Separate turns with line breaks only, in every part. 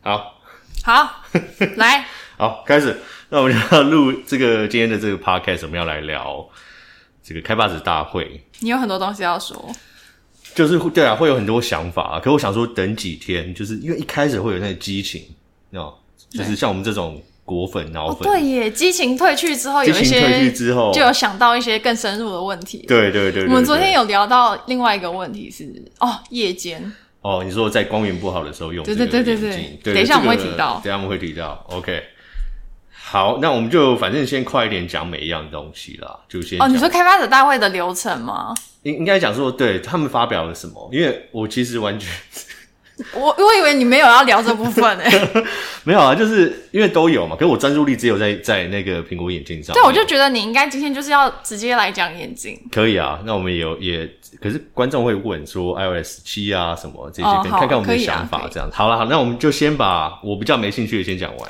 好，
好， 来，
好，开始。那我们就要录这个今天的这个 podcast，我们要来聊这个开发者大会。
你有很多东西要说。
就是对啊，会有很多想法、啊。可我想说，等几天，就是因为一开始会有那个激情，哦，就是像我们这种果粉、脑
哦，
粉，
对耶，激情退去之后，有
激
一
情退去
些
之后，
就有想到一些更深入的问题。
对对对对。
我们昨
对
天有聊到另外一个问题是，哦，夜间
哦，你说在光源不好的时候用
对
这个
对对
眼
对对
镜
等一下我们会
这个
提到
等一下我们会提到。OK，好，那我们就反正先快一点讲每一样东西啦，就先
哦，你
讲
说开发者大会的流程吗？
应应该讲说对他们发表了什么，因为我其实完全
我我以为你没有要聊这部分诶、
没有啊，就是因为都有嘛，可是我专注力只有在在那个苹果眼镜上面。
对，啊我就觉得你应该今天就是要直接来讲眼睛。
可以啊，那我们也有也，可是观众会问说 iOS 七啊什么这些，
哦
跟
好
看看我们的
可以啊
想法
可以
这样。好了，好，那我们就先把我比较没兴趣的先讲 完。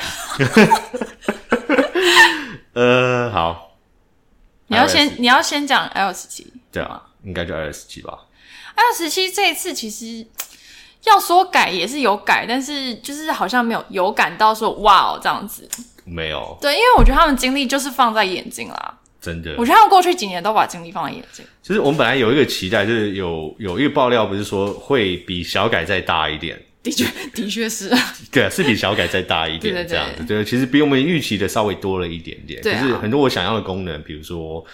呃，好，
你要
iOS
先你要先讲 L 十七，
对啊，应该就 iOS 七吧。
L 十七这一次其实要说改也是有改，但是就是好像没有有感到说哇哦这样子。
没有，
对，因为我觉得他们精力就是放在眼睛啦。
真的
我。觉得他们过去几年都把精力放在眼睛。
其实我们本来有一个期待，就是有有一个爆料，不是说会比小改再大一点，
的确，的确是，
对啊，是比小改再大一
对对
点
对
这样子，对，其实比我们预期的稍微多了一点点。
对啊
可是很多我想要的功能，比如说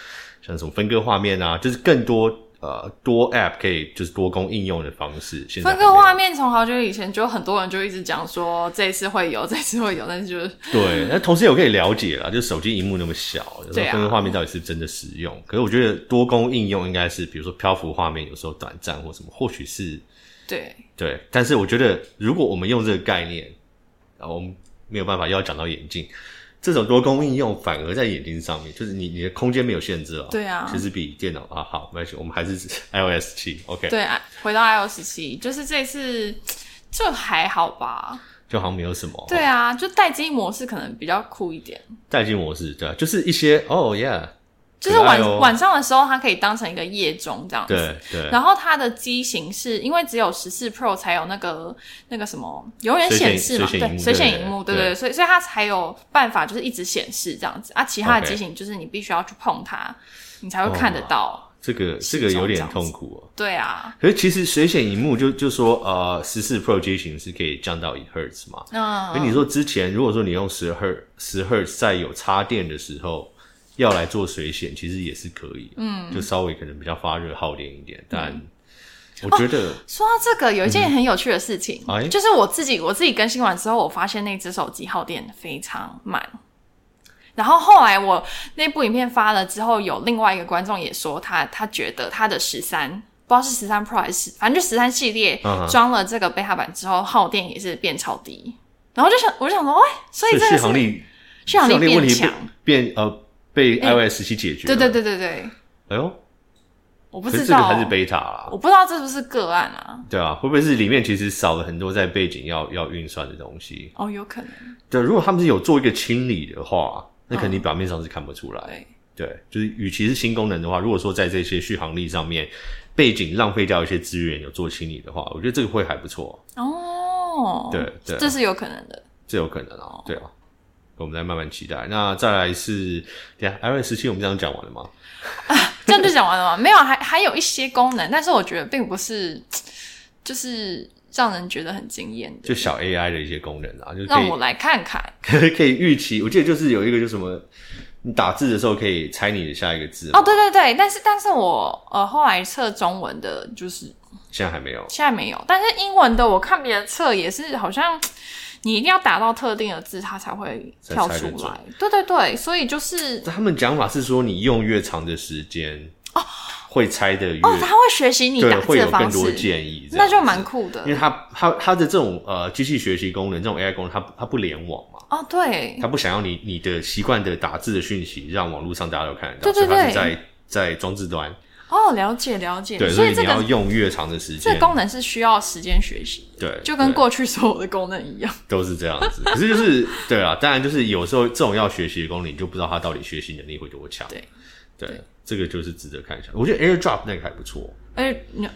像什么分割画面啊，就是更多呃多 App 可以就是多供应用的方式。现在
分割画面从好久以前就很多人就一直讲说这一次会有，这一次会有，但是就是
对，那同时也可以了解啦，就是手机荧幕那么小，有时
对
候
啊
分割画面到底是不是真的实用？可是我觉得多供应用应该是，比如说漂浮画面有时候短暂或什么，或许是
对
对，但是我觉得，如果我们用这个概念，然后我们没有办法又要讲到眼镜，这种多功应用反而在眼睛上面，就是你你的空间没有限制啊。
对啊
其实比电脑啊好，没关系，我们还是 iOS 七，OK，
对，啊回到 L 十七，就是这一次就还好吧。
就好像没有什么哦
对啊，就待机模式可能比较酷一点。
待机模式，对啊，就是一些哦 yeah，
就是
可爱
晚、
哦
晚上的时候，它可以当成一个夜钟这样子。
对对，
哦然后它的机型是因为只有十四 Pro 才有那个那个什么永远显示嘛，
水显
对，
水
水
显
显
荧幕
荧幕，
对
对
不对
对对，所以所以它才有办法就是一直显示这样子啊。其他
OK
的机型就是你必须要去碰它，你才
哦
会看得到。
这个这个有点痛苦哦、
对啊，
可是其实水显荧幕就就说呃十四 Pro 机型是可以降到一赫兹嘛，
那
哎，你说之前如果说你用十赫十赫在有插电的时候要来做水显，其实也是可以，嗯，就稍微可能比较发热耗电一点，
嗯
但我觉得、
说到这个，有一件很有趣的事情，
嗯哎
就是我自己我自己更新完之后，我发现那只手机耗电非常慢。然后后来我那部影片发了之后，有另外一个观众也说他他觉得他的十三不知道是十三 Pro 还是10反正就十三系列
嗯哼
装了这个贝塔版之后，耗电也是变超低。然后就想我就想说，哎，所以
所
真
以
的
续航
是
力
续航力
力问
变
题
强，
变变呃被
嗯
iOS 十七解决，
对对，对对对，
哎呦，
我不
可是
知
这个
道，
还是 beta 啦
我。不知道这是不是个案啊？
对啊，会不会是里面其实少了很多在背景要要运算的东西？
哦，有可能，
对，如果他们是有做一个清理的话，那肯
嗯
定表面上是看不出来。
对。
对，就是与其是新功能的话，如果说在这些续航力上面，背景浪费掉一些资源有做清理的话，我觉得这个会还不错，
哦，
对对
这是有可能的。
这有可能
哦
啊，对啊，我们再慢慢期待。那再来是，等一下 iOS 十七我们这样讲完了吗？
这样就讲完了吗？没有，还还有一些功能，但是我觉得并不是，就是让人觉得很惊艳的。
就小 AI 的一些功能啊，就是可
让
以
我来看看
可以 预期，我记得就是有一个就什么，你打字的时候可以猜你的下一个字啊嘛
哦，对对对，但是但是我呃后来测中文的，就是
现在还没有。
现在没有，但是英文的我看别人测也是好像你一定要打到特定的字，它才会跳
才猜
出
得准
来。对对对，所以就是
他们讲法是说，你用越长的时间，会猜的越、
哦，它会学习你
对，
打字
会有
的
更
方
多
式，
建议这样
那
子，
就蛮酷的
因为。它它它的这种呃机器学习功能，这种 AI 功能，它它不联网嘛，
哦，对
它不想要你你的习惯的打字的讯息让网络上大家都看得到，
对对
所以它是
对
在在装置端，
哦，了解了解
对，，所
所
以
以
你
这
要
个
用越长的时
这
间
个，功能是需要时间学习的。
对，
就跟
对
过去所有的功能一 样。
都是这样子。可是就是对啊，当然就是有时候这种要学习的功能，你就不知道它到底学习能力会多强。
对
对，这个就是值得看一下。我觉得 AirDrop 那个还不错
而且你，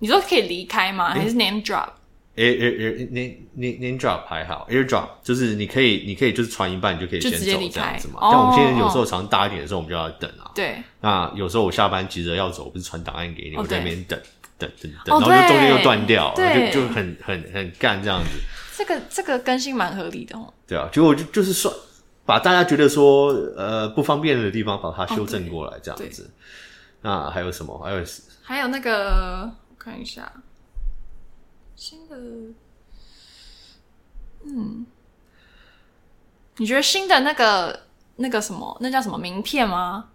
你说可以离开吗？还是 name drop？
Air Air Air Name Name Drop 还好，Air Drop 就是你可以你可以就是传一半，你就可以
就
先
直接
走
离
这样
开
子嘛。
哦
但我们现在有时候常大一点的时候，我们就要等啊。
对，
那有时候我下班急着要走，我不是传档案给你，
哦
我在那
对
边等等等
哦
等，然后就中间
对
又断掉，
对
就就很很很干这样子，
这个这个更新蛮合理的哦。
对啊。结果就就是算把大家觉得说呃不方便的地方把它
哦
修正过来这样子。那还有什么？还有
还有那个，我看一下，新的，嗯，你觉得新的那个那个什么，那叫什么名片吗？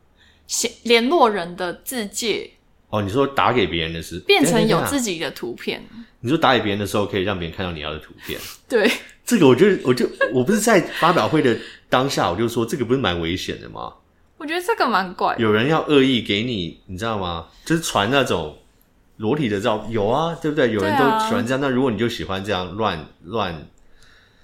写联络人的字界
哦，你说打给别人的是哎
变成有
己，
自己的图片，
你说打给别人的时候可以让别人看到你要的图片。
对，
这个我就我就我不是在发表会的当下，我就说这个不是蛮危险的吗？
我觉得这个蛮怪的。
有人要恶意给你，你知道吗？就是传那种裸体的照，有啊，对不对？有人都
对啊
喜欢这样，那如果你就喜欢这样乱乱，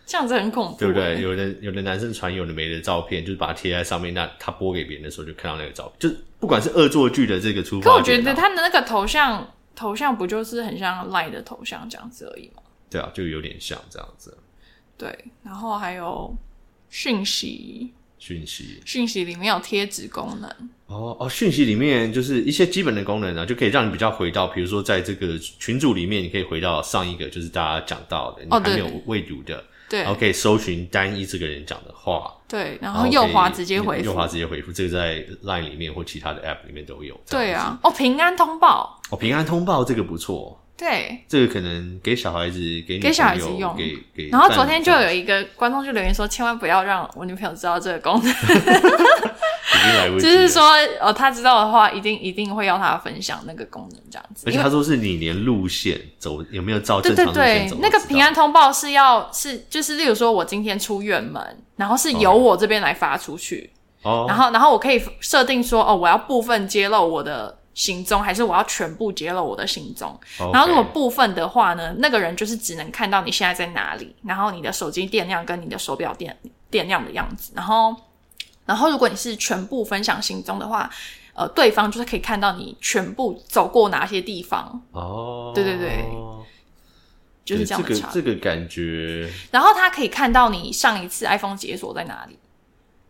这样子很恐怖，欸
对不对？？有的有的男生传有的没的照片，就是把它贴在上面，那他播给别人的时候就看到那个照片，就是不管是恶作剧的这个出
可
发
我觉
点啊
得他的那个头像，头像不就是很像 LINE 的头像这样子而已吗？
对啊，就有点像这样子
对，然后还有讯息，
讯息
讯息里面有贴纸功能，
哦哦，讯息里面就是一些基本的功能呢、啊就可以让你比较回到，比如说在这个群组里面，你可以回到上一个，就是大家讲到的，你
哦
还没
对
有未读的，
对
然后可以搜寻单一这个人讲的话，
对，然
然
后
后
右
可以
滑直接回
啊右
复
滑，直接回复，这个在 Line 里面或其他的 App 里面都有。
对
这样子，
啊，哦，平安通报，
哦，平安通报这个不错，
对。
这个可能给小孩子给女
给小孩子
朋友
用
给给。
然后昨天就
伴
有
侣
一个观众就留言说，千万不要让我女朋友知道这个功能，
已经来不
就
及
是
了，
说，哦，她知道的话，一定一定会要她分享那个功能这样子。
而且
因为
他说是你连路线走有没有照
对
正常
对
路线
对
走都知道，，
那个平安通报是要是就是，例如说我今天出远门，然后是由我这边来发出去，
哦，
然后然后我可以设定说，哦，我要部分揭露我的行踪，还是我要全部揭露我的行踪？然后如果
OK
部分的话呢，那个人就是只能看到你现在在哪里，然后你的手机电量跟你的手表电电量的样子，然后然后如果你是全部分享行踪的话，呃，对方就是可以看到你全部走过哪些地方，
哦，
对对对就是
对
这样的
个
差别。
这个感觉，
然后他可以看到你上一次 iPhone 解锁在哪里，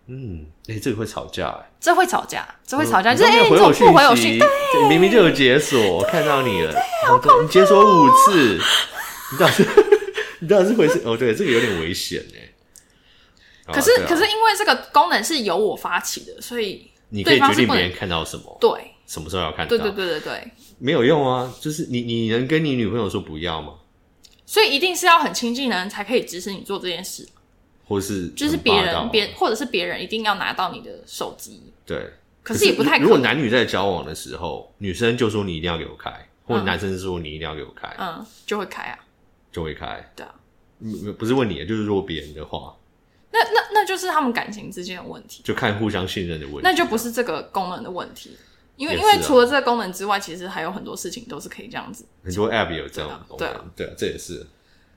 嗯，哎、这个会吵架、欸，
这会吵架，这会吵架，
嗯你
就
都没
是哎，
有
你怎么
我
不回我
息哦
讯？
对明明就有解锁，我看到你了，哦对你解锁五
啊
次，你到底是，你到底是回事？哦，对，这个有点危险哎。好啊
可是、
对啊
可是因为这个功能是由我发起的，所以
你可
对
以
方
决
是
定
不
别
能
人看到什么，
对
什么时候要看到，
对对对对对，
没有用啊。就是你你能跟你女朋友说不要吗？
所以一定是要很亲近的人才可以指使你做这件事，
或是
就是
很
别
霸道
人
吗
别或者是别人一定要拿到你的手机，
对，
可是也不太
如果
可能
男女在交往的时候，女生就说你一定要给我开，或者
嗯
男生说你一定要给我开，
嗯就会开啊，
就会开。
对啊，
嗯不是问你，就是如果别人的话，
那那那就是他们感情之间的问题，
就看互相信任的问题。
那就不是这个功能的问题。因为、
也
因
是啊
为除了这个功能之外，其实还有很多事情都是可以这样子。
很多 App 有这
对
样
啊
功
对
能
啊，
对啊，这也是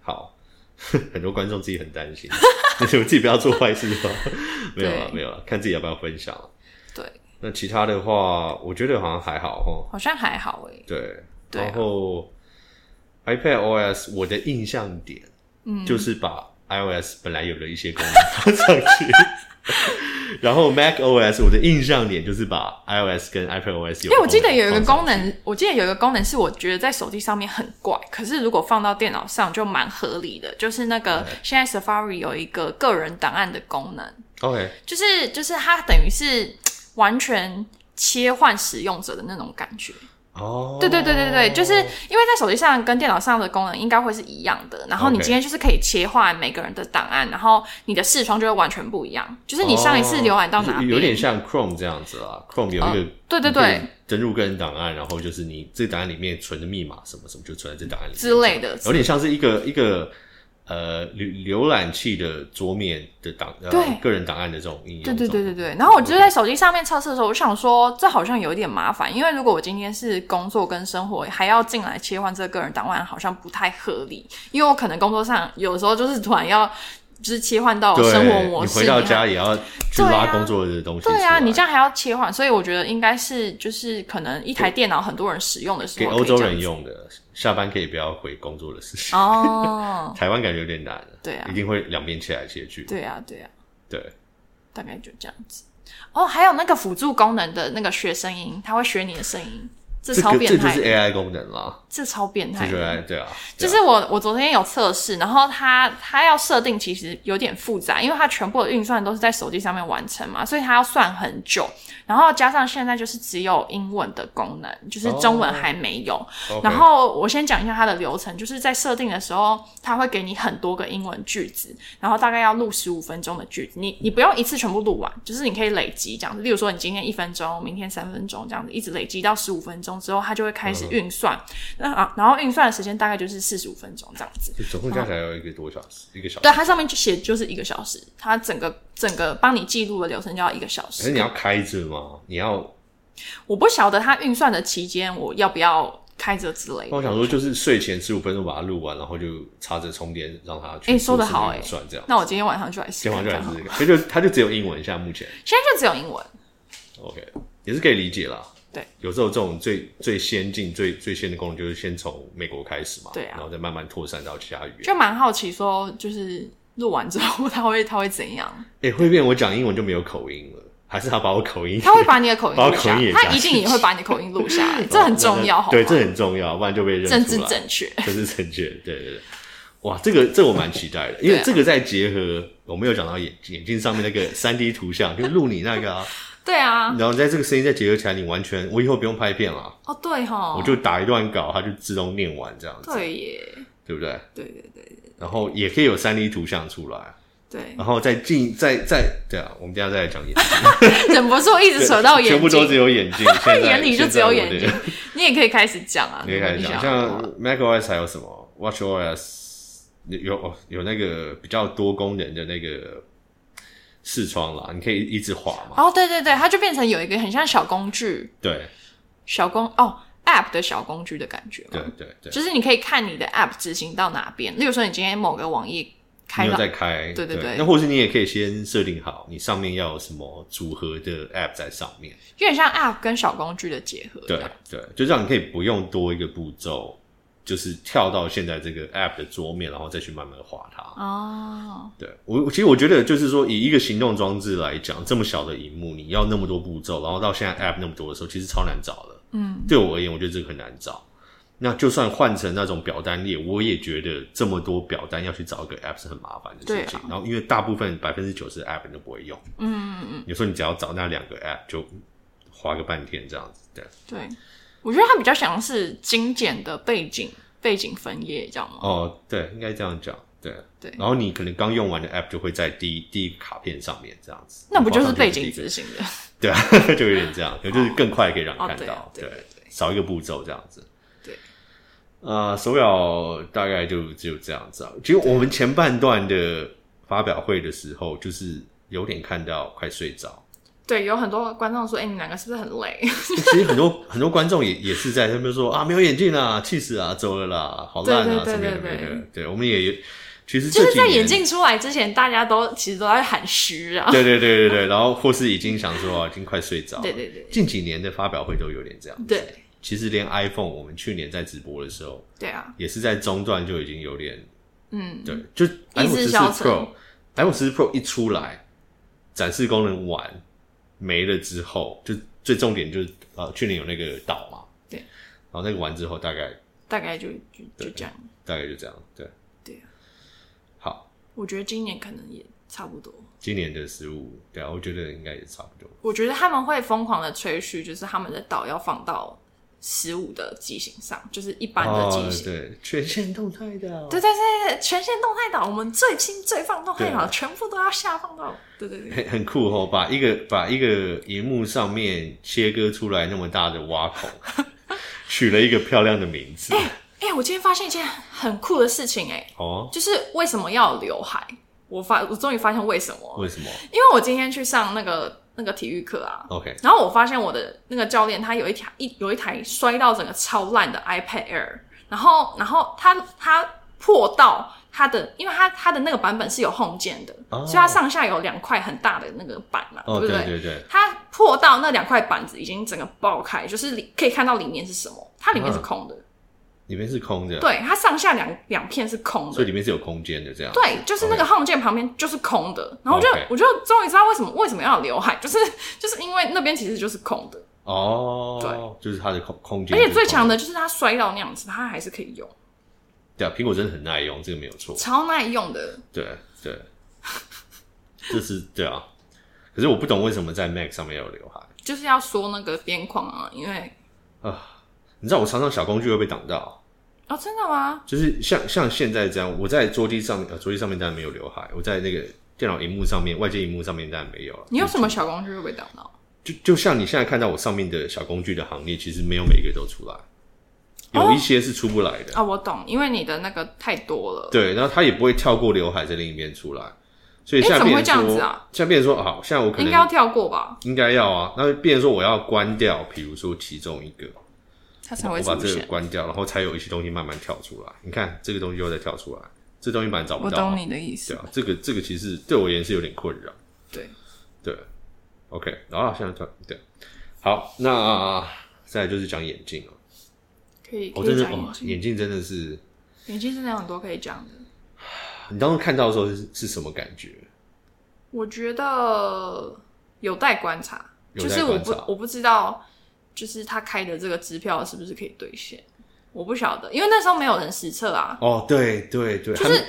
好。 很多观众自己很担心， 你们自己不要做坏事吧。没有了，
对
没有了，啊看自己要不要分享了。
对，
那其他的话，我觉得好像还好哦。
好像还好诶、
对，
对啊
然后 iPad OS 我的印象点，嗯，就是把 iOS 本来有的一些功能 放上去， 然后 Mac OS 我的印象点就是把 iOS 跟 iPad OS 有的功能放上去，
因为我记得有一个功能，我记得有一个功能是我觉得在手机上面很怪，可是如果放到电脑上就蛮合理的，就是那个现在 Safari 有一个个人档案的功能，
，OK，
就是就是它等于是完全切换使用者的那种感觉。
哦，
对对对对对，就是因为在手机上跟电脑上的功能应该会是一样的，然后你
OK
今天就是可以切换每个人的档案，然后你的视窗就会完全不一样，就是你上一次浏览到哪
哦
边，
有有点像 Chrome 这样子啊。Chrome 有一个、
嗯对对对，
登录个人档案，然后就是你这档案里面存的密码什么什么就存在这档案里面
之类的，
有点像是一个一个呃浏浏览器的桌面的档呃
对
个人档案的这种应用。
对对对对
对，
对，然后我就在手机上面测试的时候，我想说这好像有一点麻烦，因为如果我今天是工作跟生活还要进来切换这个个人档案，好像不太合理，因为我可能工作上有时候就是突然要就是切换到
对，
生活模式，
你回到
还
家也要去
对
拉
啊
工作的东西出来。
对啊，你这样还要切换，所以我觉得应该是就是可能一台电脑很多人使用的时
给
候，
欧洲人。用的，下班可以不要回工作的事情。
哦，
台湾感觉有点难了，
对啊
一定会两边切来切去。
对啊，对啊，
对
大概就这样子。哦，还有那个辅助功能的那个学声音，它会学你的声音，这
这
超
个
变
这就
态
是
的，
AI 功能啦，
这超变
这
态
就
的。
是 AI 对啊，
就
对啊
是我我昨天有测试，然后它它要设定其实有点复杂，因为它全部的运算都是在手机上面完成嘛，所以它要算很久。然后加上现在就是只有英文的功能，就是中文
哦
还没有。
OK
然后我先讲一下它的流程，就是在设定的时候，它会给你很多个英文句子，然后大概要录十五分钟的句子。你你不用一次全部录完，就是你可以累积这样子。例如说，你今天一分钟，明天三分钟这样子，一直累积到十五分钟之后，它就会开
嗯
始运算。那啊，然后运算的时间大概就是四十五分钟这样子。
就总共加起来要一个多小时，一个小时。
对，它上面就写就是一个小时，它整个整个帮你记录的流程就要一个小
可是
时。
哎你要开着吗？你要，
我不晓得它运算的期间我要不要开着之类的。
我想说就是睡前十五分钟把它录完，然后就插着充电让它去。
哎说得好哎
算这样。
那我今天晚上就来试
先
看
玩就
看
来
好
试
了。
这个，所以就它就只有英文，现在目前
现在就只有英文。
OK 也是可以理解啦。
对，
有时候这种最最先进、最最先的功能就是先从美国开始嘛，
对啊
然后再慢慢扩散到其他语言。
就蛮好奇说，就是录完之后他会他会 怎样？
哎、会变我讲英文就没有口音了，还是他把我口音？
他会把你 的口音
把我
录下
哦口音
来，
也
他
加
一
进
定也会把你的口音录下 来，这很重要，
哦
好吗？
对，这很重要，不然就被认出来
政治正确。
这是正确，对对对。哇，这个这我蛮期待的，因为
对啊
这个再结合我们有讲到眼眼镜上面那个三 D 图像，就录你那个啊，
对 啊，
然后在这个声音再结合起来，你完全我以后不用拍片了，
哦对哈，
我就打一段稿，它就自动念完这样子，
对耶，
对不对？
对对对
然后也可以有三 D 图像出来，
对
然后再进再再对啊，我们等一下再来讲眼镜，
对，忍不住一直 扯到
全
眼
部都只
睛，
有眼 镜，现在
眼里就只有眼。
现在
睛
我的。
你也可以开始讲啊，
你可以开始
如果
讲，
你想
像 macOS 还有什么 watchOS 有有哦有那个比较多功能的那个视窗啦，你可以一直滑嘛。
哦对对对，它就变成有一个很像小工具，
对
小工哦 App 的小工具的感觉嘛，
对对对，
哦就是你可以看你的 App 执行到哪边，例如说你今天某个网页
你
开
有
到
在开，
对对对
那或是你也可以先设定好，你上面要有什么组合的 app 在上面。
有点像 App 跟小工具的结合。
对对，就这样你可以不用多一个步骤，就是跳到现在这个 app 的桌面，然后再去慢慢滑它。
哦，
对我，我其实我觉得就是说，以一个行动装置来讲，这么小的荧幕，你要那么多步骤，然后到现在 App 那么多的时候，其实超难找的。
嗯，
对我而言，我觉得这个很难找。那就算换成那种表单列，我也觉得这么多表单要去找一个 App 是很麻烦的事情。
对啊
然后因为大部分百分之九十 App 你都不会用，
嗯嗯，
有时候你只要找那两个 App 就花个半天这样子。对，
对，我觉得它比较像是精简的背景背景分页，这样吗？
哦，对，应该这样讲。对
对
然后你可能刚用完的 App 就会在第一第一卡片上面这样子，
那不就
滑
是
上去
背
第
景
一个
执行的？
对啊， 就有点这样，就是更快可以让你
哦
看
对啊
到，
对对
少一个步骤这样子。
对，
呃，手表大概就只有这样子啊。其实我们前半段的发表会的时候，就是有点看到快睡着。
对，有很多观众说：“哎、你们两个是不是很累
其实很多很多观众也也是在那边说啊，没有眼镜啊，气死啊，走了啦，好烂啊，
对对对
什么的，
对对
对对，我们也其实？”
就
这
是
几
在
年
眼镜出来之前，大家都其实都在喊虚啊。
对对对对对，然后或是已经想说啊，已经快睡着了。
对对对
近几年的发表会都有点这样。
对
其实连 iPhone，我们去年在直播的时候，
对啊，
也是在中段就已经有点
嗯，
对，就
意
iPhone
志
十四
消沉
Pro，iPhone 十四 Pro 一出来，展示功能完没了之后，就最重点就是呃，去年有那个岛嘛，
对，
然后那个完之后，大概
大概就就就这样。
大概就这样，对
对啊，
好，
我觉得今年可能也差不多。
今年的十五，对啊，我觉得应该也差不多，
我觉得他们会疯狂的吹嘘，就是他们的岛要放到十五的机型上，就是一般的机
哦
型。
对，全线动态的哦，
对对对对，全线动态岛，我们最新最放动态岛，
对啊
全部都要下放到。对对对，
很很酷哦，把一个把一个荧幕上面切割出来那么大的挖 孔，取了一个漂亮的名字、
哎、我今天发现一件很酷的事情、哎，
哦。
就是为什么要有刘海？我发，我终于发现为什么，
为什么
因为我今天去上那个那个体育课啊，
？OK，
然后我发现我的那个教练他有一台一有一台摔到整个超烂的 iPad Air，然后然后他他破到它的，因为它它的那个版本是有 home 键的，
哦
所以它上下有两块很大的那个板嘛，
哦，
对不
对对对，
它破到那两块板子已经整个爆开，就是里可以看到里面是什么，它里面是
嗯
空的，
里面是空的，，
对，它上下两两片是空
所以
的。
里面是有空间的，这样，
对，就是那个 home 键旁边就是空的，然后我就
OK
我就终于知道为什么为什么要有刘海，就是 就是因为那边其实就是空的，
哦，对，就是它的空空间
而
是空的，
且最强的就是它摔到那样子，它还是可以用，
对啊，苹果真的很耐用，这个没有错。
超耐用的。
对 对，就是对啊。可是我不懂为什么在 Mac 上面要有刘海
就是要说那个边框啊，因为
啊？你知道我常常小工具会被挡到，
哦，真的吗？
就是像像现在这样，我在桌机上面，呃，桌机上面当然没有刘海，我在那个电脑荧幕上面，外界荧幕上面当然没有了。
你有什么小工具会被挡到？
就就像你现在看到我上面的小工具的行列，其实没有每一个都出来，有
哦
一些是出不来的。
啊、我懂，因为你的那个太多了。
对，然后它也不会跳过刘海在另一边出来，所以
诶
现在
怎么
变
会
成
这样
说
子啊
现在变成说，好，现在我可
应
能
该要跳过吧，
应该要啊。那变成说我要关掉，比如说其中一个，
它才会
我把
出
这个
现。
关掉，然后才有一些东西慢慢跳出来。你看这个东西又再跳出来，这东西蛮找
我
不到
懂
啊。
你的意思。
对啊，这个这个其实对我而言是有点困扰。
对，
对，OK，然后现在跳对，好，那再来就是讲眼镜了。
可以
我、
可
真
以
的
讲
哦
眼，镜，
眼镜真的是，
眼镜真的有很多可以讲的。
你当时看到的时候是是什么感觉？
我觉得有待观察，
有
就
待
是我
观
不
察
我不知道，就是他开的这个支票是不是可以兑现，我不晓得，因为那时候没有人实测啊。
哦，对对对，
就
它
是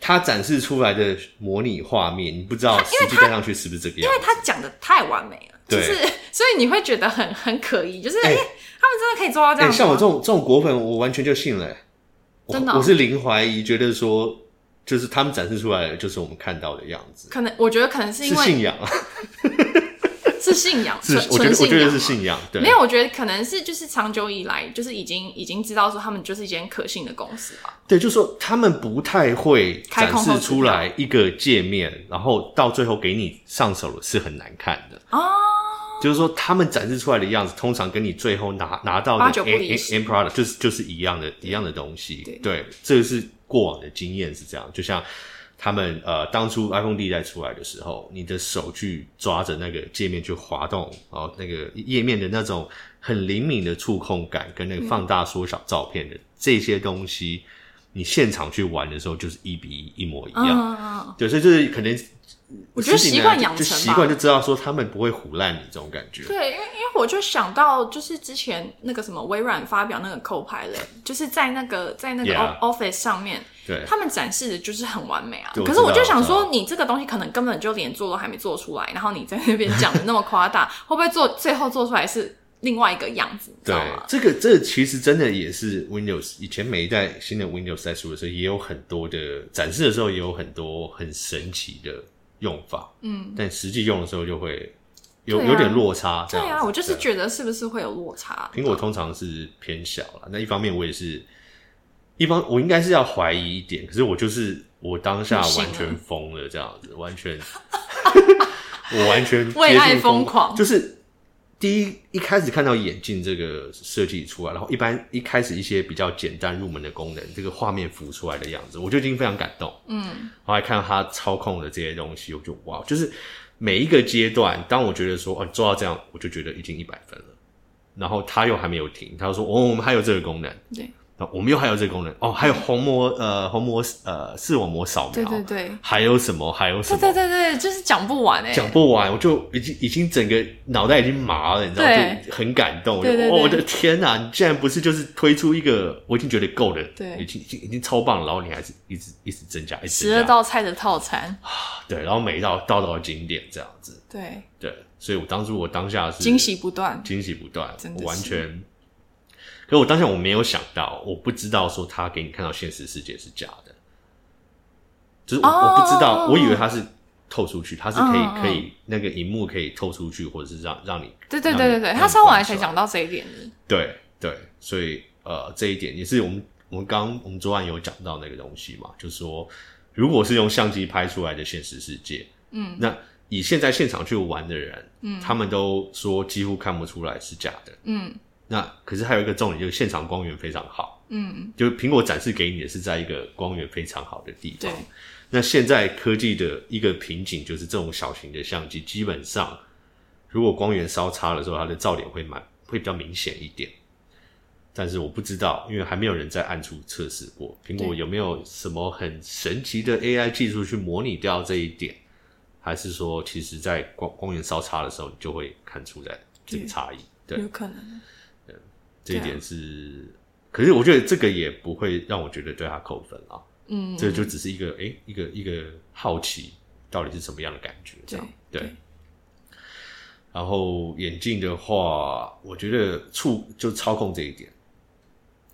它展示出来的模拟画面，你不知道实际戴上去是不是这个
因
样
为
子。
他讲的太完美了，就
对
是 所以你会觉得很很可疑，就是哎、
哎
诶他们真的可以做到这
哎、
样子吗、
像我这种这种果粉，我完全就信了、欸我
真的哦
我是零怀疑，觉得说就是他们展示出来的就是我们看到的样子，
可能我觉得可能是
是
因为
信仰啊，
是信仰，
是
纯
我觉得
纯
我觉
信
得
仰
是
嘛
信仰，对，
没有，我觉得可能是就是长久以来就是已经已经知道说他们就是一间可信的公司吧。
对，就是说他们不太会
开
展
空后
示
支
出来一个界面，然后到最后给你上手了是很难看的。
哦，
就是说，他们展示出来的样子，通常跟你最后拿拿到
八
的
九
end
不离十
end product 就是就是一样的，一样的东西。
对
这个是过往的经验是这样。就像他们呃，当初 iPhone 历代出来的时候，你的手去抓着那个界面去滑动，然后那个页面的那种很灵敏的触控感，跟那
嗯
个放大缩小照片的、这些东西，你现场去玩的时候就是一比一一模一
嗯
样。
嗯，嗯
对，所以就是可能。
我觉得
十几
习
年
惯
来
养
就
成
习
吧
惯就知道说他们不会胡烂你这种感觉。
对，因为因为我就想到就是之前那个什么微软发表那个 Copilot，就是在那个在那个
Yeah
O- Office 上面，
对，
他们展示的就是很完美啊。
对我
可是我
知道
就想
我知
说，你这个东西可能根本就连做都还没做出来，然后你在那边讲的那么夸 大，会不会做最后做出来是另外一个样子？你知
对
道吗，？
这个这其实真的也是 Windows 以前每一代新的 Windows 在出的时候，也有很多的展示的时候也有很多很神奇的用法，
嗯，
但实际用的时候就会有、
对啊
有点落差这
对
样子。
啊，我就是
对
觉得是不是会有落差？
苹果通常是偏小了，那一方面我也是，一方我应该是要怀疑一点，可是我就是我当下
你信了
完全疯了，这样子，完全， 我完全
为
接近
爱疯狂
就是第一一开始看到眼镜这个设计出来，然后一般一开始一些比较简单入门的功能，这个画面浮出来的样子，我就已经非常感动。
嗯，
然后还看到他操控的这些东西，我就哇，就是每一个阶段，当我觉得说哦做到这样，我就觉得已经一百分了。然后他又还没有停，他就说哦我们还有这个功能，
对
那我们又还有这个功能哦，还有虹膜呃虹膜呃视网膜扫描，
对对对
还有什么还有什
对
么
对对对，就是讲不完哎、
讲不完，我就已经已经整个脑袋已经麻了，你知道，
对
就很感动。我就
对对
哦，
对
我的天哪、你竟然不是就是推出一个我已经觉得够了，
对
已经已经已经超棒了，然后你还是一直一直增加，一直
十
增
二
加，
道菜的套餐，
对，然后每一道道道经典这样子，
对，
对，所以我当初我当下是
惊喜不断。
惊喜不断
真，的
我
是
完全。可我当下我没有想到，我不知道说他给你看到现实世界是假的，就是我、
哦
我不知道，我以为他是透出去，他是可以、
嗯嗯
可以那个荧幕可以透出去，或者是让让你
对对
让
对
你
对对，
让你啊
他稍晚
观
才
赏
讲到这一点的。
对对，所以呃，这一点也是我们我们刚我们昨晚有讲到那个东西嘛，就是说，如果是用相机拍出来的现实世界，
嗯，
那以现在现场去玩的人，
嗯
他们都说几乎看不出来是假的。
嗯，
那可是还有一个重点，就是现场光源非常好，
嗯，
就是苹果展示给你的是在一个光源非常好的地
对
方。那现在科技的一个瓶颈就是，这种小型的相机基本上，如果光源稍差的时候，它的噪点会蛮会比较明显一点。但是我不知道，因为还没有人在暗处测试过，苹果
对
有没有什么很神奇的 AI 技术去模拟掉这一点，还是说，其实在光光源稍差的时候，你就会看出来这个
对嗯
差异？对，
有可能，
这一
对啊
点是，可是我觉得这个也不会让我觉得对他扣分啊，
嗯，
这就只是一个诶，一个一个好奇到底是什么样的感觉这
对
样对。然后眼镜的话，我觉得触就操控这一点，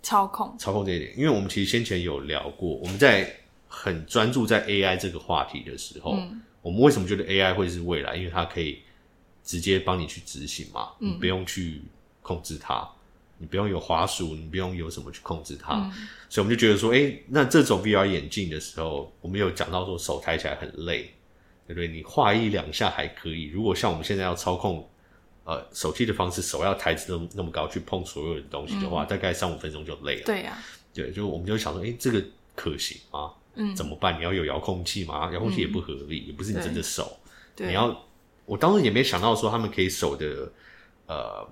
操控，
操控这一点，因为我们其实先前有聊过，我们在很专注在 AI 这个话题的时候，
嗯
我们为什么觉得 AI 会是未来？因为它可以直接帮你去执行嘛，
嗯
你不用去控制它，你不用有滑鼠，你不用有什么去控制它，
嗯
所以我们就觉得说，哎、那这种 VR 眼镜的时候，我们有讲到说手抬起来很累，对不对？你画一两下还可以，如果像我们现在要操控。呃，手机的方式，手要抬那么那么高去碰所有的东西的话，大概三五分钟就累了。
嗯对呀、
对，就我们就想说，哎、这个可行吗？
嗯，
怎么办？你要有遥控器吗？遥控器也不合理，也不是你真的手。
对
你要，我当时也没想到说他们可以手的，呃，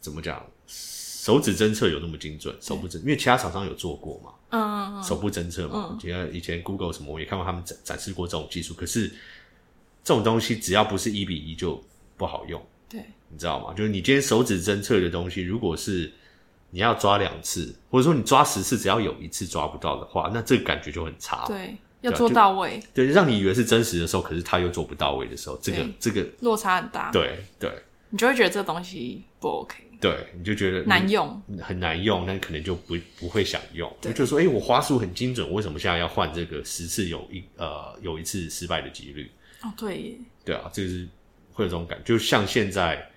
怎么讲，手指侦测有那么精准，手部侦，因为其他厂商有做过嘛，
嗯嗯嗯
手部侦测嘛
嗯，
以前以前 Google 什么我也看过他们展展示过这种技术，可是这种东西只要不是一比一就不好用。
对
你知道吗？就是你今天手指侦测的东西，如果是你要抓两次，或者说你抓十次，只要有一次抓不到的话，那这个感觉就很差。
对，要
对啊
做
就
到位，
对，让你以为是真实的时候，可是他又做不到位的时候，这个
对
这个，
落差很大，，
对对
你就会觉得这东西不 OK，
对，你就觉得
难用，
嗯很难用，那可能就不不会想用。
对
就觉得说，哎、我花束很精准，为什么现在要换这个十次有一呃有一次失败的几率？
哦，对耶，
对啊，这个是会有这种感觉，就像现在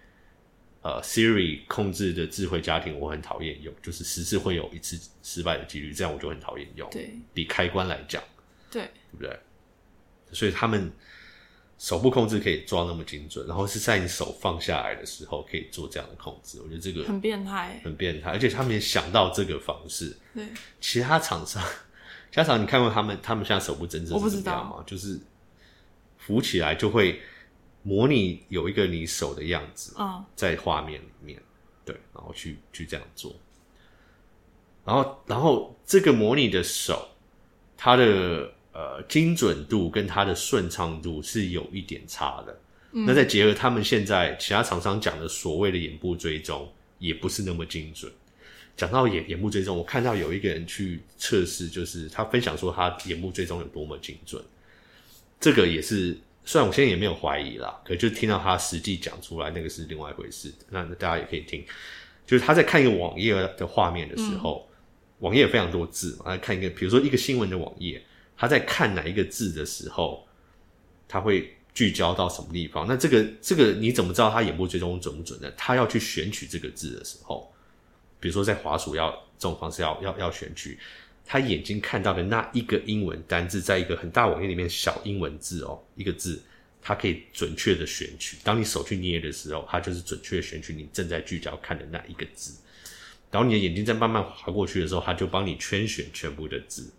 呃 Siri 控制的智慧家庭，我很讨厌用，就是十次会有一次失败的几率，这样我就很讨厌用。
对
比开关来讲，
对
对不对？所以他们手部控制可以抓那么精准，然后是在你手放下来的时候可以做这样的控制，我觉得这个
很变态，
很变态，而且他们也想到这个方式，
对，
其他厂商， 其他厂你看过他们他们现在手部侦测
我不
是
知
怎么
道
样吗？就是浮起来就会模拟有一个你手的样子
嗯，
在画面里面，对，然后去去这样做，然后然后这个模拟的手，它的呃精准度跟它的顺畅度是有一点差的。
嗯
那再结合他们现在其他厂商讲的所谓的眼部追踪，也不是那么精准。讲到眼眼部追踪，我看到有一个人去测试，就是他分享说他眼部追踪有多么精准，这个也是虽然我现在也没有怀疑啦，可就听到他实际讲出来那个是另外一回事。那那大家也可以听，就是他在看一个网页的画面的时候，网页有非常多字嘛，他看一个比如说一个新闻的网页，他在看哪一个字的时候，他会聚焦到什么地方？那这个这个你怎么知道他眼部追踪准不准呢？他要去选取这个字的时候，比如说在滑鼠要这种方式要要要选取，他眼睛看到的那一个英文单字，在一个很大网页里面小英文字哦，一个字。它可以准确的选取，当你手去捏的时候，它就是准确的选取你正在聚焦看的那一个字。然后你的眼睛再慢慢滑过去的时候，它就帮你圈选全部的字。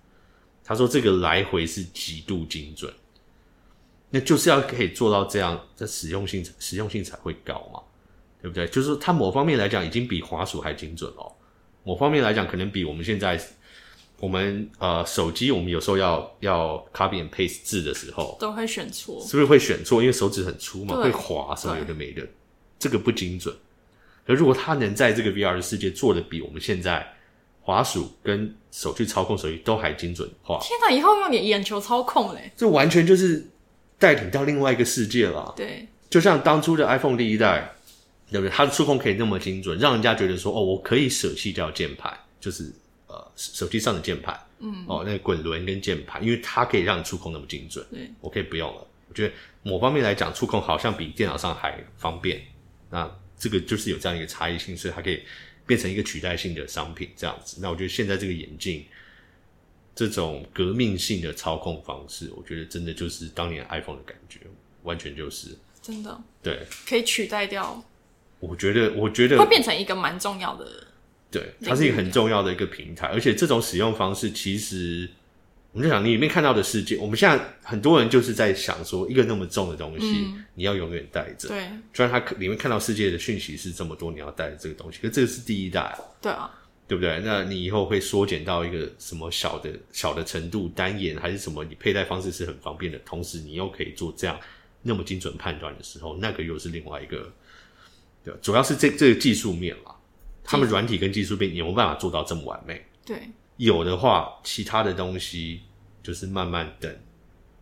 他说这个来回是极度精准，那就是要可以做到这样，这实用性实用性才会高嘛，对不对？就是说它某方面来讲已经比滑鼠还精准哦，某方面来讲可能比我们现在我们呃手机我们有时候要要 copy and paste 字的时候，
都会选错，
是不是会选错？因为手指很粗嘛，
对
会滑什么
对
有的没的，这个不精准。而如果他能在这个 VR 的世界做的比我们现在滑鼠跟手去操控手机都还精准的话，
天哪，以后用你眼球操控嘞，
这完全就是带领到另外一个世界了。
对
就像当初的 iPhone 第一代，对不对？它的触控可以那么精准，让人家觉得说，哦，我可以舍弃掉键盘，就是呃手手机上的键盘，嗯，哦，那个滚轮跟键盘，因为它可以让你触控那么精准。
对，
我可以不用了。我觉得某方面来讲，触控好像比电脑上还方便。那这个就是有这样一个差异性，所以它可以变成一个取代性的商品这样子。那我觉得现在这个眼镜这种革命性的操控方式，我觉得真的就是当年 iPhone 的感觉，完全就是
真的
对
可以取代掉
我觉得，我觉得
会变成一个蛮重要的。
对，它是一个很重要的一个平台，而且这种使用方式其实，我们就想你里面看到的世界，我们现在很多人就是在想说，一个那么重的东西，
嗯
你要永远带着。
对
虽然它可里面看到世界的讯息是这么多，你要带着这个东西，可这个是第一代啊，
对啊，
对不对？那你以后会缩减到一个什么小的小的程度，单眼还是什么？你佩戴方式是很方便的，同时你又可以做这样那么精准判断的时候，那个又是另外一个，对，啊主要是这这个技术面嘛，他们软体跟技术面有没有办法做到这么完美？
对，
有的话，其他的东西就是慢慢等，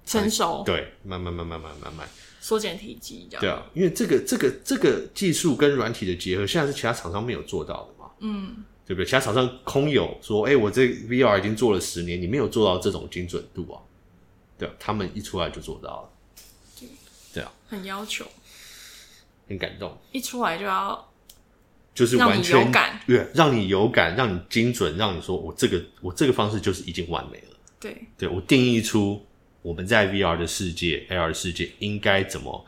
成熟
对，慢慢慢慢慢慢慢慢。
缩减体积这样。
对啊，因为这个这个这个技术跟软体的结合，现在是其他厂商没有做到的嘛，
嗯，
对不对？其他厂商空有说，哎、我这 VR 已经做了十年，你没有做到这种精准度啊，对啊，他们一出来就做到了，
对
对啊，
很要求，
很感动，
一出来就要
就是完全
让你有感，
对，让你有感，让你精准，让你说我这个我这个方式就是已经完美了，
对
对我定义出我们在 VR 的世界、AR 的世界应该怎么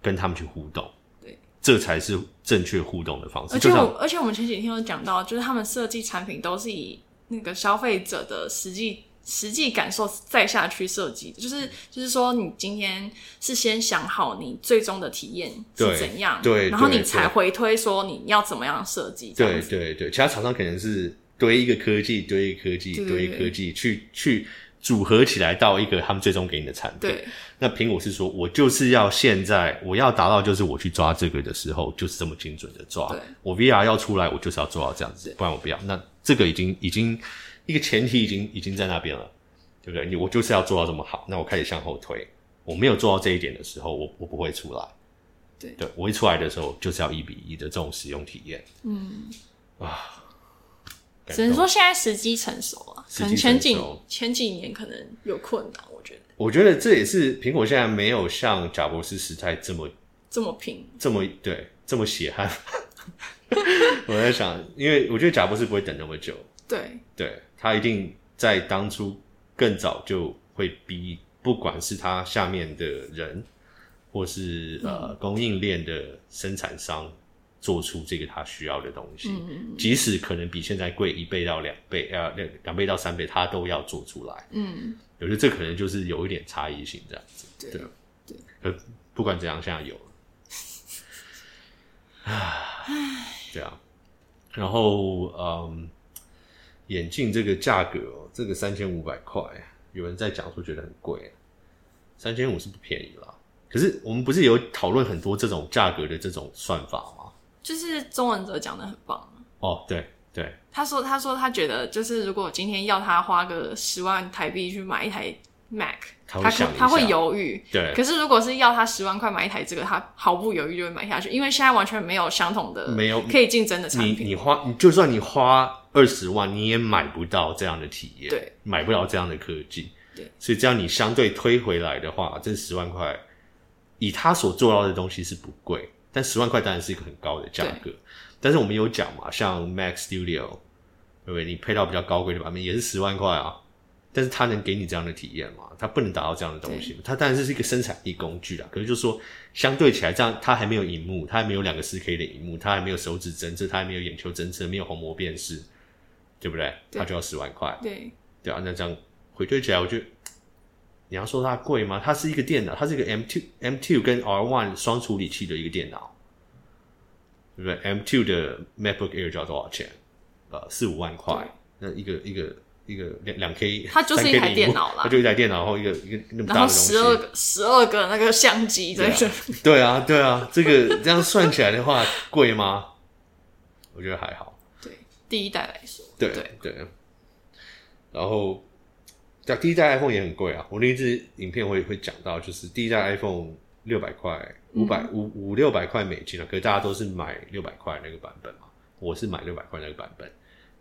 跟他们去互动，
对。
这才是正确互动的方式，
而且
就像
我，而且我们前几天有讲到，就是他们设计产品都是以那个消费者的实际实际感受再下去设计的，就是就是说，你今天是先想好你最终的体验
对
是怎样，
对
然后
对
你才
对
回推说你要怎么样设计，这
对
样子
对对，其他厂商可能是堆一个科技，堆一个科技，
对
堆一
对
个科技，去去组合起来到一个他们最终给你的产品。
对，
那苹果是说，我就是要现在我要达到，就是我去抓这个的时候，就是这么精准的抓
对。
我 VR 要出来，我就是要做到这样子，不然我不要。那这个已经已经一个前提已经已经在那边了，对不对？你我就是要做到这么好，那我开始向后推。我没有做到这一点的时候，我我不会出来。
对
对我一出来的时候，就是要一比一的这种使用体验。
嗯，
感
只能
动
说现在时机成熟了，
时机
可能前几
成熟
前几年可能有困难，我觉得
我觉得这也是苹果现在没有像贾博士时代这么
这么拼，
这么对这么血汗。 我在想，因为我觉得贾博士不会等那么久，
对
对他一定在当初更早就会逼，不管是他下面的人，或是
嗯
呃供应链的生产商，做出这个他需要的东西，
嗯
即使可能比现在贵一倍到两倍，呃两两倍到三倍，他都要做出来。
嗯，
我觉得这可能就是有一点差异性这样子。
对
对呃，不管怎样，现在有了。唉，对啊。然后，嗯，眼镜这个价格、哦，这个三千五百块，有人在讲说觉得很贵，三千五是不便宜啦。可是我们不是有讨论很多这种价格的这种算法吗？
就是中文哲讲的很棒。
哦，对对，
他说：“他说他觉得，就是如果今天要他花个十万台币去买一台 Mac，
他
他
会
可
想一下
他会犹豫。
对
可是如果是要他十万块买一台这个，他毫不犹豫就会买下去，因为现在完全没有相同的、
没有
可以竞争的产
你
品。
你花，你就算你花二十万，你也买不到这样的体验，
对，
买不到这样的科技，
对，
所以这样你相对推回来的话，这十万块，以他所做到的东西是不贵，但十万块当然是一个很高的价格，但是我们有讲嘛，像 Mac Studio，对不对？你配到比较高贵的版本也是十万块啊。但是它能给你这样的体验吗？它不能达到这样的东西。它当然是一个生产力工具啦，可是就是说相对起来，这样它还没有荧幕，它还没有两个四 K 的荧幕，它还没有手指侦测，它还没有眼球侦测，没有虹膜辨识，对不对？
对
它就要十万块，
对
对啊。那这样回推起来，我觉得你要说它贵吗？它是一个电脑，它是一个 M two M two 跟 R one 双处理器的一个电脑，对不对？M two 的 MacBook Air 就要多少钱？呃，四五万块
对，
那一个一个。一个两两 K，
它就是一台
3K 的荧幕
电脑啦
它就一台电脑，然后一个一个那么
然
大的
后
东西，
十二个十二个那个相机在这，
对啊，对啊，这个这样算起来的话，贵吗？我觉得还好。
对第一代来说，
对
对
然后，对啊，第一代 iPhone 也很贵啊。我那一支影片会会讲到，就是第一代 iPhone 六百块、五百五五六百块美金啊，可是大家都是买六百块那个版本嘛，我是买六百块那个版本。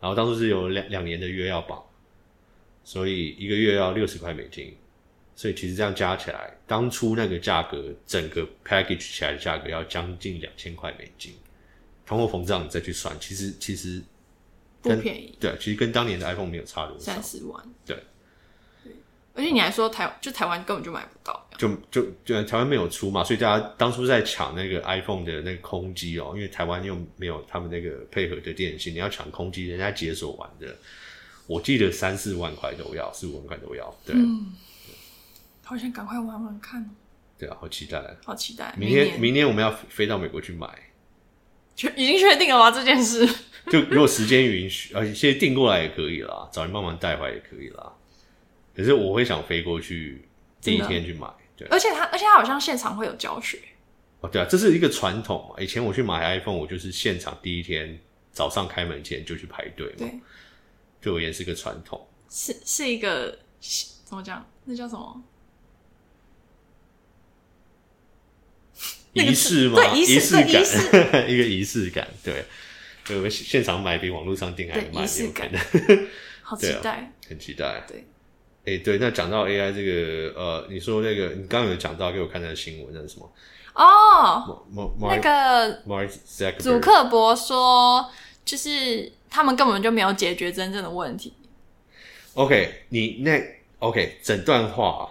然后当初是有两两年的约要绑，所以一个月要六十块美金，所以其实这样加起来，当初那个价格整个 package 起来的价格要将近两千块美金，通货膨胀你再去算，其实其实
不
跟
便宜，
对，啊其实跟当年的 iPhone 没有差多少
三。十万。
对
而且你还说台就台湾根本就买不到，
就就就台湾没有出嘛，所以大家当初在抢那个 iPhone 的那个空机哦，因为台湾又没有他们那个配合的电信，你要抢空机，人家解锁完的，我记得三四万块都要，四五万块都要，对、啊
嗯好想赶快玩玩看哦，
对啊，好期待啊！
好期待！
明
年
天明天我们要飞到美国去买，
确已经确定了吗？这件事
就如果时间允许， 而且现在订过来也可以啦，找人帮忙带回来也可以啦。可是我会想飞过去第一
真的啊
天去买，对，
而且他而且他好像现场会有教学，
哦对啊，这是一个传统嘛。以前我去买 iPhone，我就是现场第一天早上开门前就去排队嘛，
对，
对我而言是个传统。
是是一个是怎么讲？那叫什么？那个
仪
是
式吗？
对仪式
式
对仪
感， 一个仪式感，对。对，我们现现场买比网络上订还
对
慢，
仪式
有可
感
能
好
对
期
啊
待！
很期待。
对，
哎、对，那讲到 AI 这个，呃，你说那个，你刚刚有讲到给我看那个新闻，那是什么？啊
哦，
Mark
那
Mark
个
Mark
祖
Zuckerberg，
克伯说，就是他们根本就没有解决真正的问题。
OK，你那 OK 整段话，啊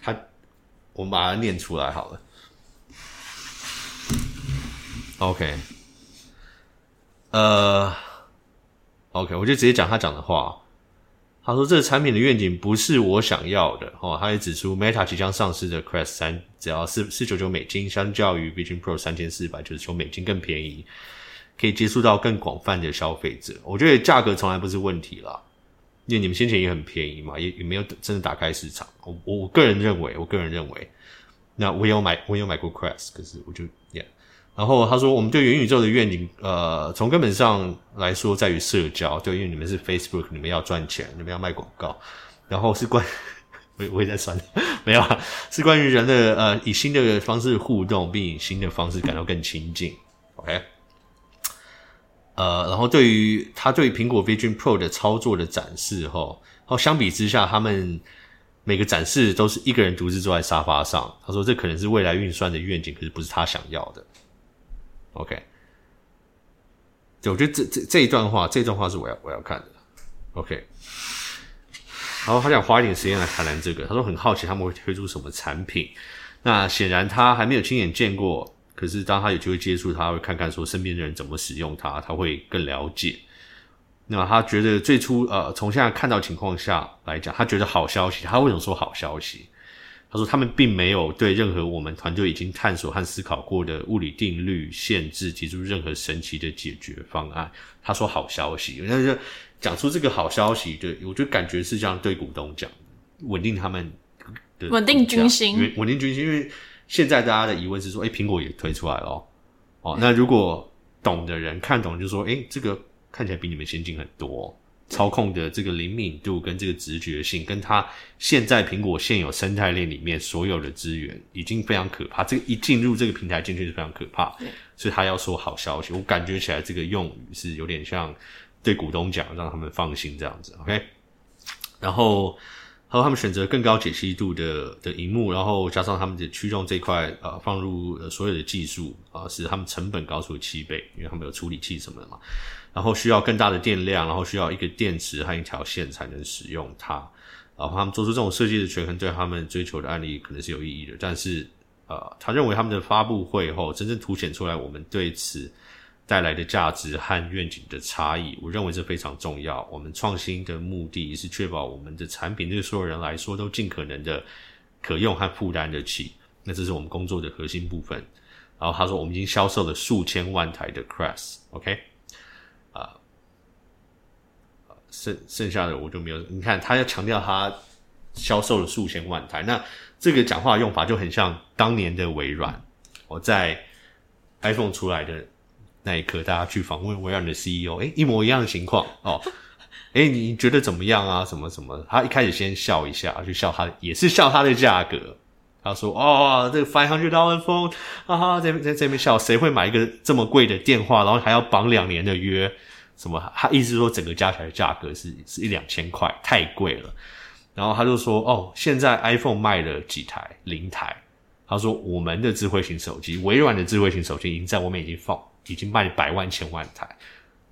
他我们把它念出来好了。OK，呃，OK，我就直接讲他讲的话。啊他说：“这个产品的愿景不是我想要的哦。”他也指出，Meta 即将上市的 Quest 三只要四四九九美金，相较于 Vision Pro 三千四百九十九美金更便宜，可以接触到更广泛的消费者。我觉得价格从来不是问题啦。因为你们先前也很便宜嘛，也也没有真的打开市场。我我我个人认为，我个人认为，那我有买，我有买过 Crash，可是我就 yeah。然后他说，我们对元宇宙的愿景，呃，从根本上来说在于社交，对，因为你们是 Facebook，你们要赚钱，你们要卖广告，然后是关， 我我也在算， 没有啊，是关于人的呃，以新的方式互动，并以新的方式感到更亲近。OK，呃，然后对于他对苹果 Vision Pro 的操作的展示后，然后相比之下，他们每个展示都是一个人独自坐在沙发上。他说这可能是未来运算的愿景，可是不是他想要的。OK，对，我觉得这这这一段话，这段话是我要我要看的。OK，然后他想花一点时间来谈谈这个。他说很好奇他们会推出什么产品。那显然他还没有亲眼见过，可是当他有机会接触，他会看看说身边的人怎么使用它，他会更了解。那他觉得最初呃，从现在看到情况下来讲，他觉得好消息。他为什么说好消息？他说他们并没有对任何我们团队已经探索和思考过的物理定律限制提出任何神奇的解决方案。他说好消息，但是讲出这个好消息的，我就感觉是这样对股东讲，稳定他们的
稳定军心
心，稳稳定军心。因为现在大家的疑问是说，哎、苹果也推出来了哦，哦，那如果懂的人看懂，就说，哎、这个看起来比你们先进很多哦、操控的这个灵敏度跟这个直觉性，跟它现在苹果现有生态链里面所有的资源，已经非常可怕。这个一进入这个平台进去是非常可怕
对，
所以他要说好消息。我感觉起来这个用语是有点像对股东讲，让他们放心这样子。OK，然后。还有他们选择更高解析度的的荧幕，然后加上他们的驱动这一块，呃，放入、呃、所有的技术啊、使他们成本高出七倍，因为他们有处理器什么的嘛。然后需要更大的电量，然后需要一个电池和一条线才能使用它。然后他们做出这种设计的权衡，对他们追求的案例可能是有意义的。但是，呃，他认为他们的发布会后，真正凸显出来我们对此带来的价值和愿景的差异，我认为这非常重要。我们创新的目的是确保我们的产品对所有人来说都尽可能的可用和负担得起。那这是我们工作的核心部分。然后他说，我们已经销售了数千万台的 Crash，OK、剩剩下的我就没有。你看，他要强调他销售了数千万台，那这个讲话用法就很像当年的微软。我在 iPhone 出来的那一刻，大家去访问微软的 CEO，哎、一模一样的情况哦。哎、你觉得怎么样啊？什么什么？他一开始先笑一下，就笑他，也是笑他的价格。他说：“哦，这个 five hundred dollar phone，哈哈，在在这边笑，谁会买一个这么贵的电话，然后还要绑两年的约？什么？他意思说整个加起来价格是是一两千块，太贵了。然后他就说，哦，现在 iPhone 卖了几台？零台。他说，我们的智慧型手机，微软的智慧型手机已经在外面已经放，已经卖百万、千万台。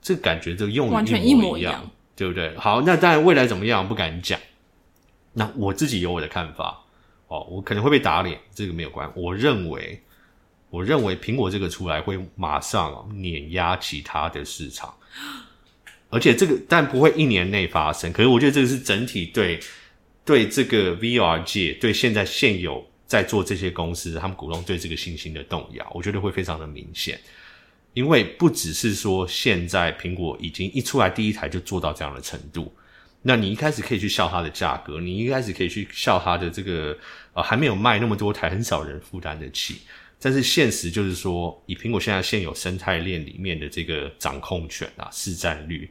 这感觉就用语
完全
一
一模一
一样
样，
对不对？好，那当然未来怎么样不敢讲。那我自己有我的看法，哦，我可能会被打脸，这个没有关。我认为，我认为苹果这个出来会马上碾压其他的市场，而且这个但不会一年内发生。可是我觉得这个是整体对对这个 VR 界对现在现有在做这些公司，他们股东对这个信心的动摇，我觉得会非常的明显。因为不只是说现在苹果已经一出来第一台就做到这样的程度，那你一开始可以去笑它的价格，你一开始可以去笑它的这个呃还没有卖那么多台，很少人负担得起。但是现实就是说，以苹果现在现有生态链里面的这个掌控权啊、市占率，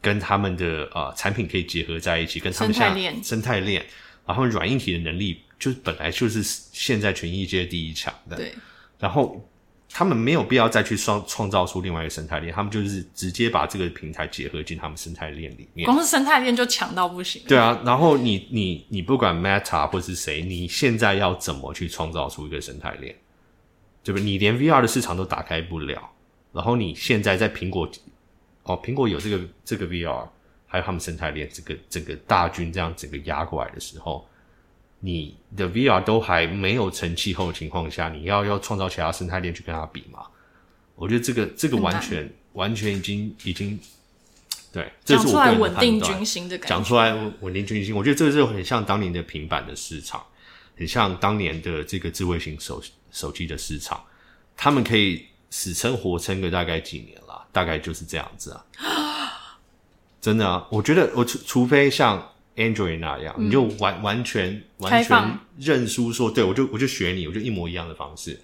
跟他们的呃产品可以结合在一起，跟他们
生态
像
链
生态链，然后软硬体的能力，就本来就是现在全世界第一强的。
对，
然后他们没有必要再去创创造出另外一个生态链，他们就是直接把这个平台结合进他们生态链里面。
光是生态链就强到不行。
对啊，然后你你你不管 Meta 或是谁，你现在要怎么去创造出一个生态链，对不对？你连 VR 的市场都打开不了，然后你现在在苹果，哦，苹果有这个这个 VR，还有他们生态链这个整个大军这样整个压过来的时候，你的 VR 都还没有成气候的情况下，你要要创造其他生态链去跟它比嘛？我觉得这个这个
很
完
难
全完全已经已经。对，这
讲
是我
出
个
来
人的
稳定
判断
军心的感
讲
觉，
出来稳定军心，我觉得这个就很像当年的平板的市场，很像当年的这个智慧型手手机的市场，他们可以死撑活撑个大概几年啦，大概就是这样子啊。 真的啊，我觉得我除除非像 Android 那样，你就完完全完
嗯开
全
放
认输说，对我就我就学你，我就一模一样的方式。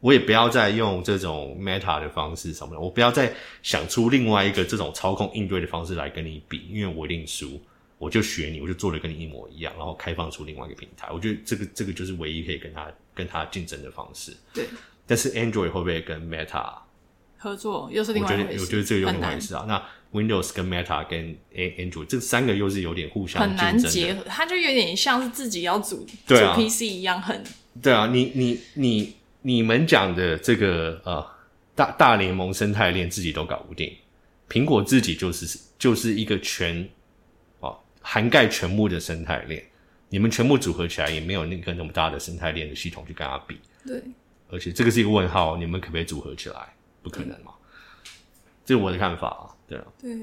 我也不要再用这种 Meta 的方式什么的，我不要再想出另外一个这种操控应对的方式来跟你比，因为我一定输，我就学你，我就做的跟你一模一样，然后开放出另外一个平台。我觉得这个这个就是唯一可以跟他跟他竞争的方式。
对，
但是 Android 会不会跟 Meta
合作又是
我
另外
觉
一
得
回事。
我觉得这个又
很
另外
难
一，事啊。那 Windows 跟 Meta 跟 A- Android 这三个又是有点互相
很
竞
难
争的。
结合，它就有点像是自己要组、
对啊
组 PC 一样很，
对啊，你你你你们讲的这个呃大大联盟生态链自己都搞不定，苹果自己就是就是一个全哦涵盖全部的生态链，你们全部组合起来也没有那个那么大的生态链的系统去跟它比，
对，
而且这个是一个问号，你们可不可以组合起来？不可能嘛，
嗯
这是我的看法啊，对啊。
对，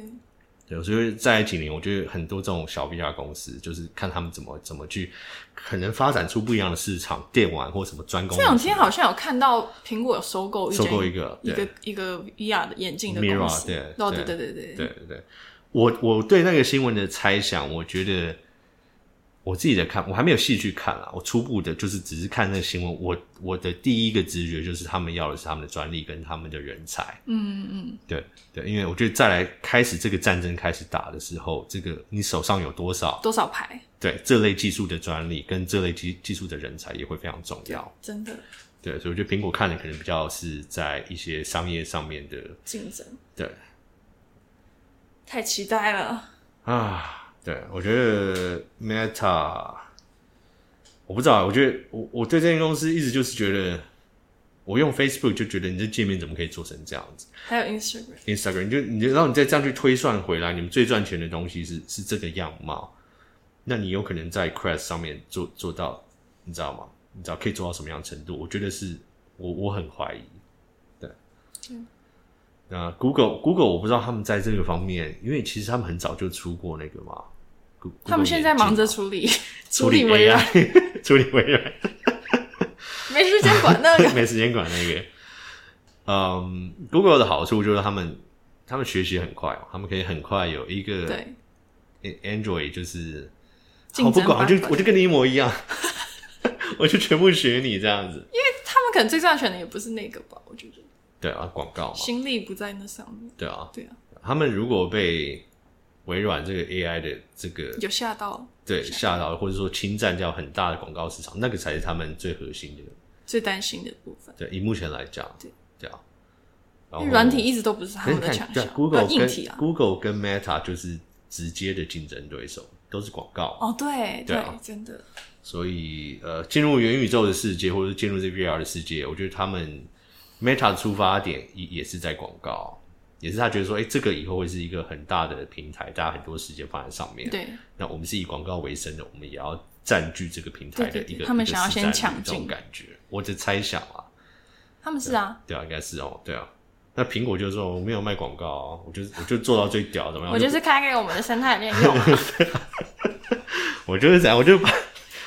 对，所以在几年，我觉得很多这种小 VR 公司，就是看他们怎么怎么去，可能发展出不一样的市场，电玩或什么专攻
这
的市场。
两天好像有看到苹果有收购一
收
间
购一个，
一
对
个一个 VR 的眼镜的
Mira，
公司，
对
哦，
对
对对对对
对对对，我我对那个新闻的猜想，我觉得我自己的看，我还没有细去看啦，我初步的就是只是看那个新闻，我我的第一个直觉就是他们要的是他们的专利跟他们的人才，
嗯嗯
对对，因为我觉得再来开始这个战争开始打的时候，这个你手上有多少
嗯，多少牌，
对这类技术的专利跟这类技技术的人才也会非常重要。
真的
对，所以我觉得苹果看的可能比较是在一些商业上面的，
竞争
对
太期待了，
啊，对我觉得 Meta，我不知道，我觉得我我对这间公司一直就是觉得，我用 Facebook 就觉得你这界面怎么可以做成这样子
还有 Instagram，
，Instagram 你就你就然后你再这样去推算回来，你们最赚钱的东西是是这个样貌，那你有可能在 Crash 上面做做到，你知道吗？你知道可以做到什么样的程度？我觉得是我我很怀疑，对。
嗯
那 Google Google 我不知道他们在这个方面，因为其实他们很早就出过那个嘛。Go-
他们
Google
现在忙着
眼镜
处理
处
理微软，
AI，处理微软，
没时间管那 个，
没时间管那个。嗯、g o o g l e 的好处就是他们他们学习很快哦，他们可以很快有一个
对，
A- Android 就是，
竞
我不
争
管，我就
版本
我就跟你一模一样， 我就全部学你这样子。
他们可能最赚钱的也不是那个吧，我觉得
对啊，广告嘛，
心力不在那上面，
对啊，
对啊，
他们如果被微软这个 AI 的这个
有吓到，
对吓到，或者说侵占掉很大的广告市场，那个才是他们最核心的。
最担心的部分，
对，以目前来讲，
对
对啊，然
因
后
为软体一直都不是他
可是
们
你看
的强
对
项
啊，，Google
呃硬
跟
体啊，
Google 跟 Meta 就是直接的竞争对手，都是广告。
哦，对
对啊
真的
所以呃，进入元宇宙的世界，或者是进入这 VR 的世界，我觉得他们 Meta 的出发点也也是在广告，也是他觉得说，哎、这个以后会是一个很大的平台，大家很多时间放在上面。
对，
那我们是以广告为生的，我们也要占据这个平台的
对对
一个
对
一个
他们想要先
市占率
抢
这种
进
感觉，我只猜想啊，
他们是啊，
对啊，应该是哦，对啊。那苹果就说我没有卖广告、啊，我就我就做到最屌，怎么样？
我就是开给我们的生态链用啊，
我就是这样，我就把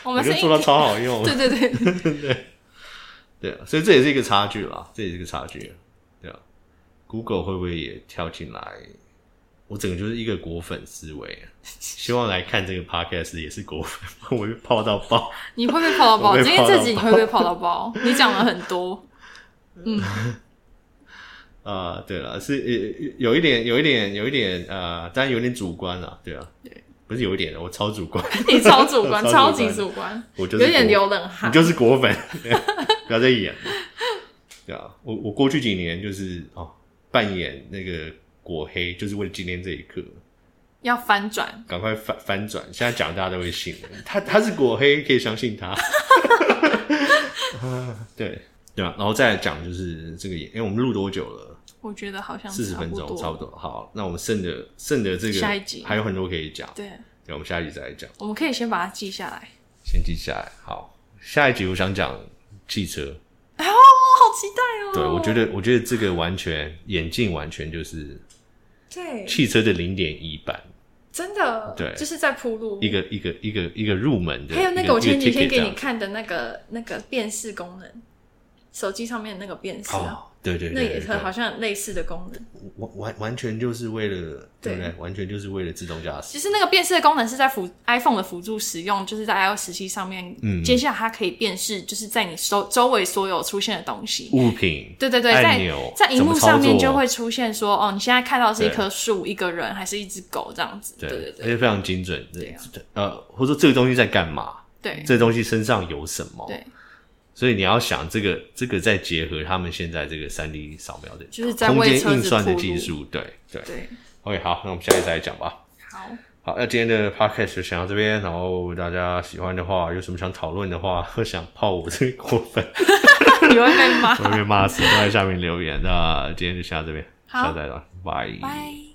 我
我
们
就是做到
一
超好用，
对对对，
对啊，所以这也是一个差距啦，这也是一个差距，对啊。Google 会不会也跳进来？我整个就是一个果粉思维啊，希望来看这个 podcast 也是果粉，我被泡到爆。
你会被泡到
我
爆，
被
今
泡
天
到
这集你会被泡到爆， 你讲了很多，
啊、对了，是呃有有一点，有一点，有一点，呃，当然有点主观啦，对啊，
对，
不是有一点，我超主观，
你超主观，
超
超
主观
级主观，
我就
有
是
点
果
流冷汗
你。就是果粉， 不要再演了。对啊，我我过去几年就是哦，扮演那个果黑，就是为了今天这一刻，
要翻转，
赶快翻翻转。现在讲大家都会信了，他他是果黑，可以相信他。 啊对对啊，然后再来讲就是这个演，因为我们录多久了？
我觉得好像
四十分钟差不
多。
多。好，那我们剩的剩的这个
下一集
还有很多可以讲，
对，
对，我们下一集再来讲，
我们可以先把它记下来。
先记下来。好，下一集我想讲汽车。
哎呦，我好期待哦！
对，我觉得，我觉得这个完全眼镜完全就是
对，
汽车的零点一版，
真的，
对
就是在铺路。
一个一个一个一个入门的。
还有那个我前几天给你
看
看的那个那个辨识功能，手机上面那个辨识啊，
哦，对对对，
那也是
对
好像类似的功能。
完完完全就是为了，对
对
不对？完全就是为了自动驾驶。
其实那个辨识的功能是在辅 iPhone 的辅助使用，就是在 iOS 十七上面，
嗯
接下来它可以辨识，就是在你周周围所有出现的东西。
物品
对对对，
按
在
钮
在荧幕
怎么操作
上面就会出现说，哦，你现在看到是一
对
棵树、一个人还是一只狗这样子。对对
对，而
对
且非常精准。
对啊
呃，或者说这个东西在干嘛？
对
这东西身上有什么？
对，
所以你要想这个，这个再结合他们现在这个三 D 扫描的，
就是在
空
为
间
车子
运算的
铺路
技术，对对。
对，
OK，好，那我们下一次再讲吧。
好，
好，那今天的 podcast 就讲到这边，然后大家喜欢的话，有什么想讨论的话， 或想泡我这个过 分，
你会被骂
我。会被骂死，都在下面留言。那今天就先到这边，
好
下次再聊，拜
拜。